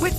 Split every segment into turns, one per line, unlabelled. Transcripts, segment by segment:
With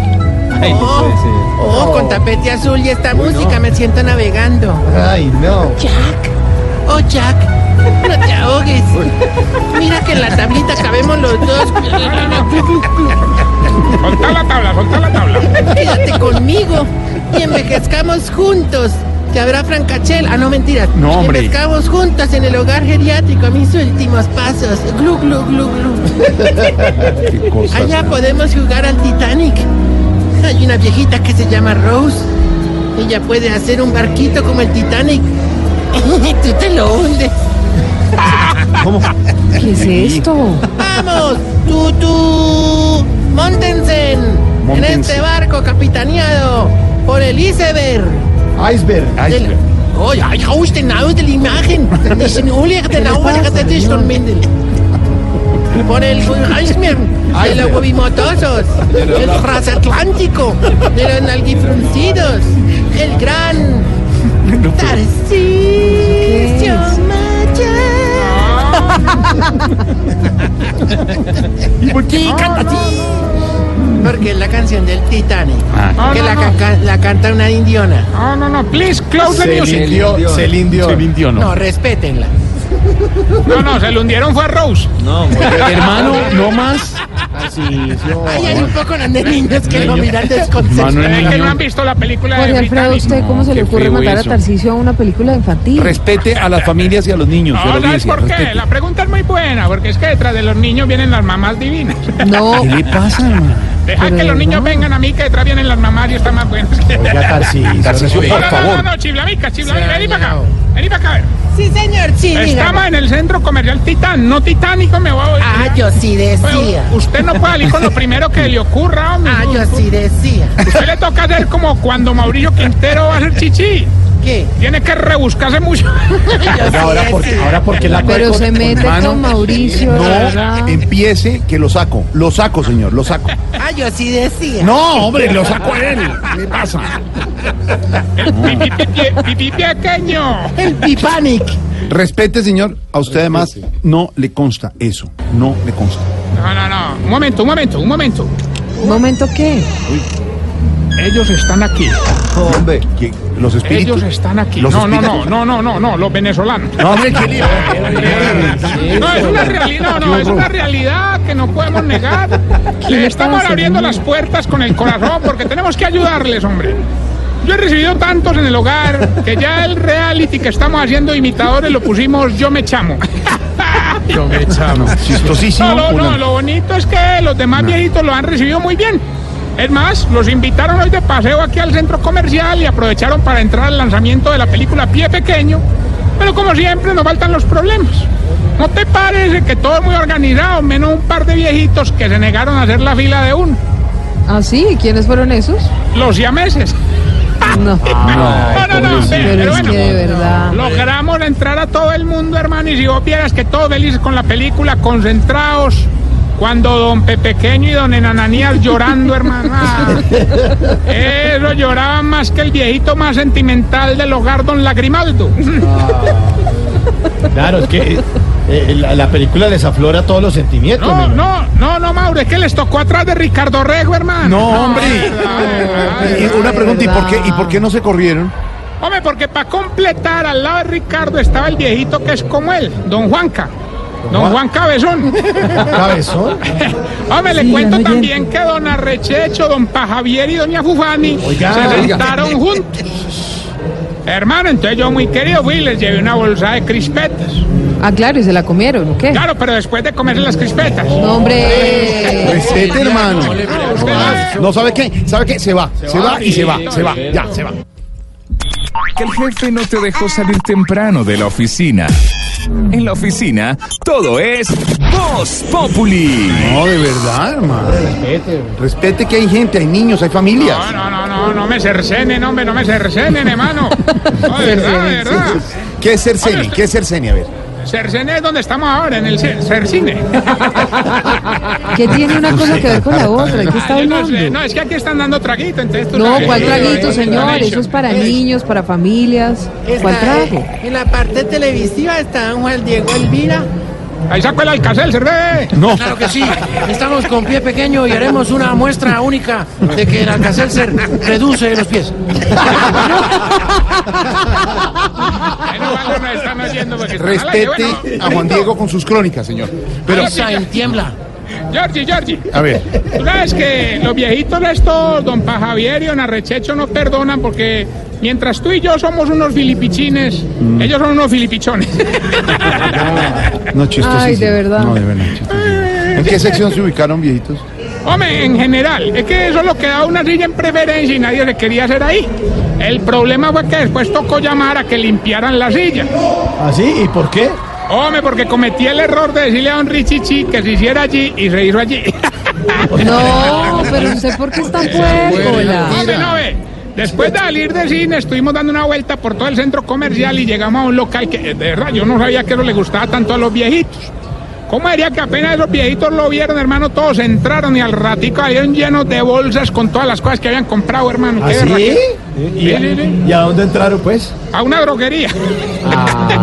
Ay,
Oh,
sí, sí.
oh, con tapete azul y esta música me siento navegando.
Ay, no.
Jack, oh Jack, no te ahogues. Mira que en la tablita cabemos los dos.
Soltá la tabla, soltá la tabla.
Quédate conmigo y envejezcamos juntos. Te habrá Francachel. Ah, no, mentiras.
No, hombre.
Envejezcamos juntos en el hogar geriátrico a mis últimos pasos. Glu, glu, glu, glu. Allá podemos jugar al Titanic. Hay una viejita que se llama Rose. Ella puede hacer un barquito como el Titanic. Tú te lo hundes.
¿Qué es esto?
¡Vamos! ¡Tú, tú! ¡Montensen! En
Móntense.
este barco capitaneado por el iceberg.
Iceberg.
Del- Oh, ja, ich raus den Auge der Imagen. Ich bin Ulrich, den Auge er der Tischtonmindel. Por el Eismeer, de los huevimotosos, el transatlántico, de los nalgifruncidos, el gran Tarcisio Maya.
¿Y por qué canta así?
Porque es la canción del Titanic,
Ah.
que la, ca- la canta una indiona.
No, no, no, please close the
Celine
music.
Dion, Celine Dion.
Celine Dion,
No, respétenla.
No, no, se lo hundieron fue a Rose.
Hermano, no más.
Ay, hay un poco de niños que lo miran desconcertados.
Manuel
Es que no
Niño.
han visto la película de
Jorge Alfredo,
Britannic.
¿usted cómo se
qué
le ocurre
feo
matar
eso.
a Tarcisio a una película infantil?
Respete a las familias y a los niños. y a
No,
la
¿sabes
audiencia,
por qué?
respete.
La pregunta es muy buena, porque es que detrás de los niños vienen las mamás divinas.
No,
¿Qué le pasa, hermano?
Deja
Pero
que los
de
niños
verdad.
vengan a mí, que detrás vienen las mamás y están más buenas.
Ya Tarcisio.
Tarcisio,
respeta.
por
No, no, no, no,
favor.
no, chiblamica, chiblamica,
Se
vení para acá.
dañado.
Vení para acá, a ver.
Sí, señor, sí,
Estamos
dígame.
en el centro comercial Titán, no Titánico, me voy a
Ah, yo sí
Bueno,
decía.
Usted no puede salir con lo primero que le ocurra, hombre.
Ah, yo sí decía.
Usted le toca hacer como cuando Mauricio Quintero va a hacer chichi.
¿Qué?
Tiene que rebuscarse mucho.
Yo sí
Ahora porque,
decía.
ahora porque la
pero se mete
Hermano,
con Mauricio, de
No
verdad.
empiece que lo saco. Lo saco, señor, lo saco.
Ah, yo sí decía.
No, hombre, lo saco a él. ¿Qué le pasa?
Pipi, pipi, pipi pequeño.
El Pipanic.
Respete, señor. A usted además no le consta eso. No le consta.
No, no, no. Un momento, un momento, un momento.
¿Momento qué?
Ellos están aquí.
Hombre, que los espíritus.
Ellos están aquí.
Los
No, no, no,
espíritus.
no, no, no, no, los venezolanos.
No, hombre, qué lío.
No, es una realidad, no, no, es una realidad que no podemos negar. Le estamos
pasa,
abriendo
niño?
las puertas con el corazón porque tenemos que ayudarles, hombre. Yo he recibido tantos en el hogar que ya el reality que estamos haciendo imitadores lo pusimos Yo me chamo.
Yo me echamos.
No,
Chistosísimo.
no, no,
fulano.
lo bonito es que los demás viejitos lo han recibido muy bien. Es más, los invitaron hoy de paseo aquí al centro comercial y aprovecharon para entrar al lanzamiento de la película Pie Pequeño. Pero como siempre, nos faltan los problemas. ¿No te parece que todo es muy organizado, menos un par de viejitos que se negaron a hacer la fila de uno?
¿Ah, sí? ¿Y ¿Quiénes fueron esos?
Los siameses.
No,
No, no, no, ve,
pero
pero
es
bueno.
que de verdad...
Logramos entrar a todo el mundo, hermano, y si vos vieras que todos felices con la película, concentrados, cuando don Pepequeño y don Enananías llorando, hermano. ah, Eso lloraban más que el viejito más sentimental del hogar, don Lagrimaldo.
Claro, es que eh, la, la película les aflora todos los sentimientos.
No,
mi
no, no, no, Mauro, es que les tocó atrás de Ricardo Rego, hermano.
No, hombre.
ay,
Y
ay.
una pregunta, ¿y por, qué, ¿y por qué no se corrieron?
Hombre, porque para completar al lado de Ricardo estaba el viejito que es como él, don Juanca. Don Juan Cabezón.
Cabezón.
Hombre, le
Sí,
cuento
gran
también que don Arrechecho, don Pajavier y doña Fufani
Oiga.
se
Oiga.
sentaron juntos. Hermano, entonces yo muy querido fui y les llevé una bolsa de crispetas.
Ah, claro, ¿y se la comieron o qué?
Claro, pero después de comerse las crispetas.
No,
Eh,
hombre...
Respete, hermano. Ah, No, ¿sabe qué? ¿Sabe qué? Se va, se va y se va, se va, ya, se va.
Que el jefe no te dejó salir temprano de la oficina. En la oficina, todo es Voz Populi.
No, de verdad, hermano. Respete que hay gente, hay niños, hay familias.
No, no, no, no, no me cercenen, hombre, no me cercenen, hermano. No, de verdad, de verdad.
¿Qué es Cerceni? ¿Qué es Cerceni? A ver.
Cercene es donde estamos ahora, en el cer- cercine.
¿Qué tiene una cosa que ver con la otra? ¿De qué está
Ay, no, sé,
hablando?
no, es que aquí están dando traguito, entonces tú
No,
sabes.
¿cuál traguito,
Sí,
señor?
sí,
Eso es para niños, para familias. ¿Cuál
Está, eh,
trago?
En la parte televisiva estaban Juan Diego Elvira.
Ahí sacó el alcacel, cervé.
No.
Claro que sí, estamos con pie pequeño y haremos una muestra única de que el Alcacelser reduce los pies.
Menos mal no nos están oyendo porque están al aire.
Respete
Bueno,
a Juan Diego con sus crónicas, señor. Pero,
en tiembla.
Georgie, Georgie.
a ver,
Tú sabes que los viejitos estos, don Pa Javier y don Arrechecho, no perdonan porque mientras tú y yo somos unos filipichines,
Mm.
ellos son unos filipichones.
no chistoso.
Ay, de verdad.
No, de verdad, chistosísimo. ¿En qué sección se ubicaron, viejitos?
Hombre, en general, es que eso es lo que da una silla en preferencia y nadie le quería hacer ahí. El problema fue que después tocó llamar a que limpiaran la silla.
¿Así? ¿Ah, ¿Y por qué?
Hombre, porque cometí el error de decirle a don Richichi que se hiciera allí y se hizo allí.
No, pero no sé por qué está
Ah.
puércola.
Hombre, no, ve. Después de salir del cine, estuvimos dando una vuelta por todo el centro comercial y llegamos a un local que, eh, de verdad, yo no sabía que eso le gustaba tanto a los viejitos. ¿Cómo diría que apenas los viejitos lo vieron, hermano? Todos entraron y al ratico habían llenos de bolsas con todas las cosas que habían comprado, hermano.
¿Ah,
Qué
¿Así?
verdad que-
¿Y, y a dónde entraron, pues?
A una droguería.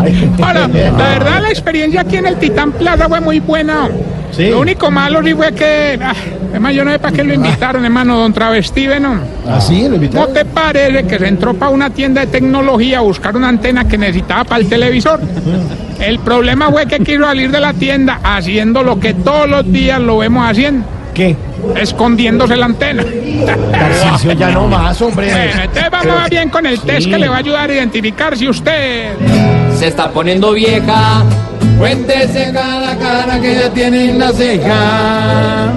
Ay.
Ahora, la verdad, la experiencia aquí en el Titán Plaza fue muy buena.
Sí.
Lo único malo sí fue que... ah, hermano, yo no sé para qué lo invitaron, hermano, don Travesti, ve, ¿no?
¿Así? Ah, ¿Lo
¿No
invitaron?
te parece que se entró para una tienda de tecnología a buscar una antena que necesitaba para el televisor? El problema fue que quiso salir de la tienda haciendo lo que todos los días lo vemos haciendo,
¿Qué?
escondiéndose la antena.
Tarcicio, ya no más, hombre.
Bueno, entonces vamos a ver bien con el test que le va a ayudar a identificar si usted...
Se está poniendo vieja. Cuéntese cada cara que ya tiene en la ceja.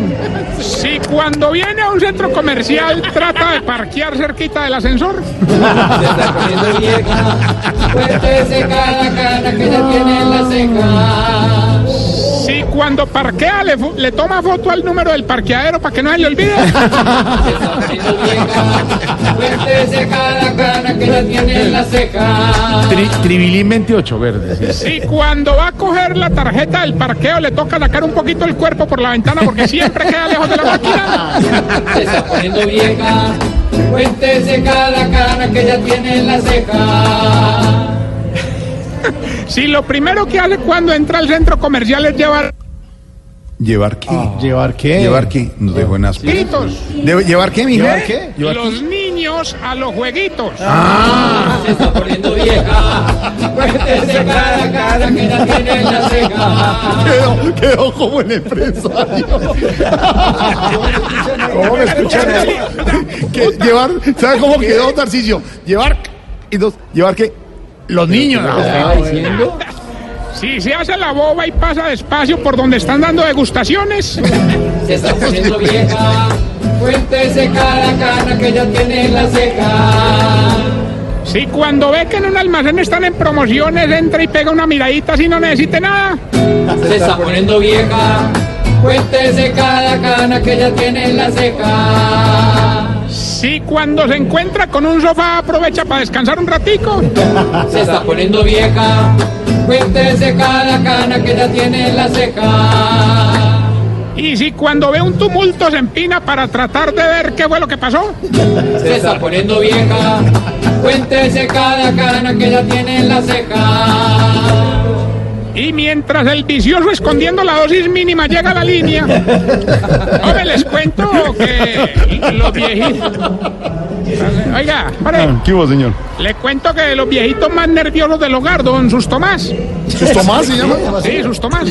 Si cuando viene a un centro comercial trata de parquear cerquita del ascensor.
Se está poniendo vieja. Cuéntese cada cara que ya tiene en la ceja.
Si cuando parquea le, fo- le toma foto al número del parqueadero para que no se le olvide.
Se está poniendo vieja. Cuéntese cada cara que ya tiene en la ceja.
Tri, Tribilín 28 verdes.
Si cuando va a coger la tarjeta del parqueo le toca sacar un poquito el cuerpo por la ventana porque siempre queda lejos de la máquina.
Se está poniendo vieja. Cuéntese cada cara que ya tiene en la ceja.
Si lo primero que hace cuando entra al centro comercial es llevar
¿Llevar qué?
Ah. ¿Llevar qué?
¿Llevar qué? Nos dejó en asco.
gritos,
¿Llevar qué, mi
¿Llevar qué?
los niños a los jueguitos.
Se está poniendo vieja. Cuéntese cada cara que ya tiene en la ceja.
Quedó, quedó como el empresario. ¿Cómo me escuchan eso? Que llevar, ¿Sabes cómo quedó, Tarcicio? Llevar y dos. ¿Llevar qué? Los niños.
Si se hace la boba y pasa despacio por donde están dando degustaciones.
Se está poniendo vieja. Cuéntese cada cara que ya tiene en la ceja.
Si cuando ve que en un almacén están en promociones entra y pega una miradita si no necesite nada.
Se está poniendo vieja. Cuéntese cada cara que ya tiene en la ceja.
Si cuando se encuentra con un sofá aprovecha para descansar un ratico.
Se está poniendo vieja. Cuéntese cada cara que ya tiene en la ceja.
Y si cuando ve un tumulto se empina para tratar de ver qué fue lo que pasó.
Se está poniendo vieja. Cuéntese cada cara que ya tiene en la ceja.
Y mientras el vicioso escondiendo la dosis mínima llega a la línea. Hombre, les cuento que los viejitos. Oiga, pare,
¿Qué hubo, señor?
le cuento que los viejitos más nerviosos del hogar, don Sus Tomás.
¿Sus Tomás se llama?
Sí, Sus Tomás.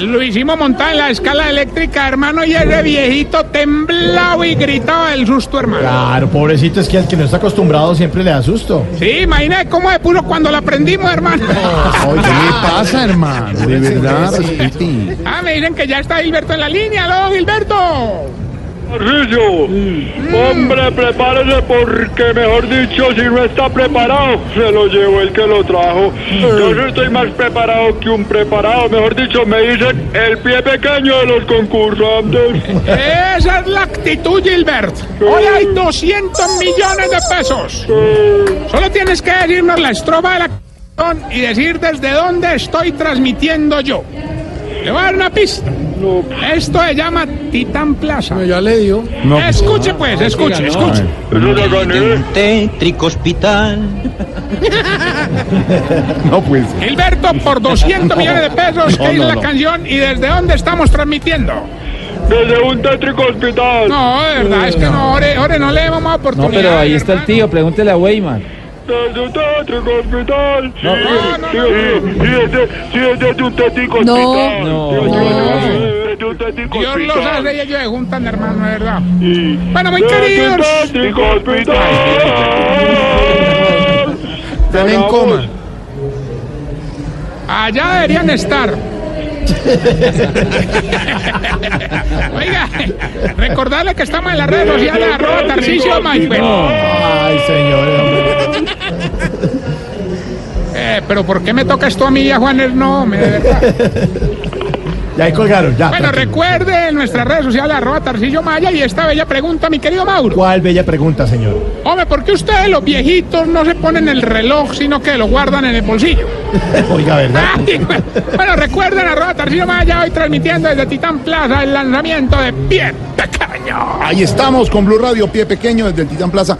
Lo hicimos montar en la escala eléctrica, hermano, y ese viejito temblaba y gritaba el susto, hermano.
Claro, pobrecito, es que al que no está acostumbrado siempre le da susto.
Sí, imagínate cómo se puso cuando la prendimos, hermano.
Oye, ¿qué pasa, hermano? De verdad, respete.
Ah, me dicen que ya está Gilberto en la línea, ¿no, Gilberto?
Tarcisio, hombre, prepárese porque, mejor dicho, si no está preparado, se lo llevó el que lo trajo. Yo sí estoy más preparado que un preparado, mejor dicho, me dicen el pie pequeño de los concursantes.
Esa es la actitud, Gilbert. Hoy hay 200 millones de pesos. Solo tienes que decirnos la estrofa de la canción y decir desde dónde estoy transmitiendo yo. Le voy a dar una pista. Esto se llama Titan Plaza. ya le dio. Escuche pues, escuche, escuche.
tétrico hospital.
No, pues.
Gilberto, por 200 millones de pesos,
No,
¿qué es
no,
la
no.
canción y desde dónde estamos transmitiendo?
Desde un tétrico hospital.
No, de verdad, es que no, ore, ore, no le vamos a
No,
oportunidad.
pero ahí está el tío, pregúntele a Weyman.
Desde un tétrico hospital. Sí, sí, sí, sí, desde- sí, desde un tétrico
No.
hospital.
No.
Sí, sí,
No.
sí, desde un tétrico
Dios los
hospital.
hace y ellos se juntan, hermano, de verdad. Bueno, muy
Desde un
queridos.
tétrico hospital.
Están en coma.
Allá deberían estar. Oiga, recordarle que estamos en las redes sociales, arroba Tarcicio
Ay, señores.
Eh, pero ¿por qué me toca esto a mí y a Juanes? No, me de verdad.
Ya ahí colgaron, ya.
Bueno,
tranquilo.
recuerde en nuestras redes sociales, arroba Tarcillo Maya, y esta bella pregunta, mi querido Mauro.
¿Cuál bella pregunta, señor?
Hombre, ¿por qué ustedes, los viejitos, no se ponen el reloj, sino que lo guardan en el bolsillo?
Oiga, ¿verdad?
Ay, bueno, bueno, recuerden, arroba Tarcillo Maya, hoy transmitiendo desde Titán Plaza el lanzamiento de Pie Pequeño.
Ahí estamos con Blue Radio, pie pequeño desde el Titán Plaza.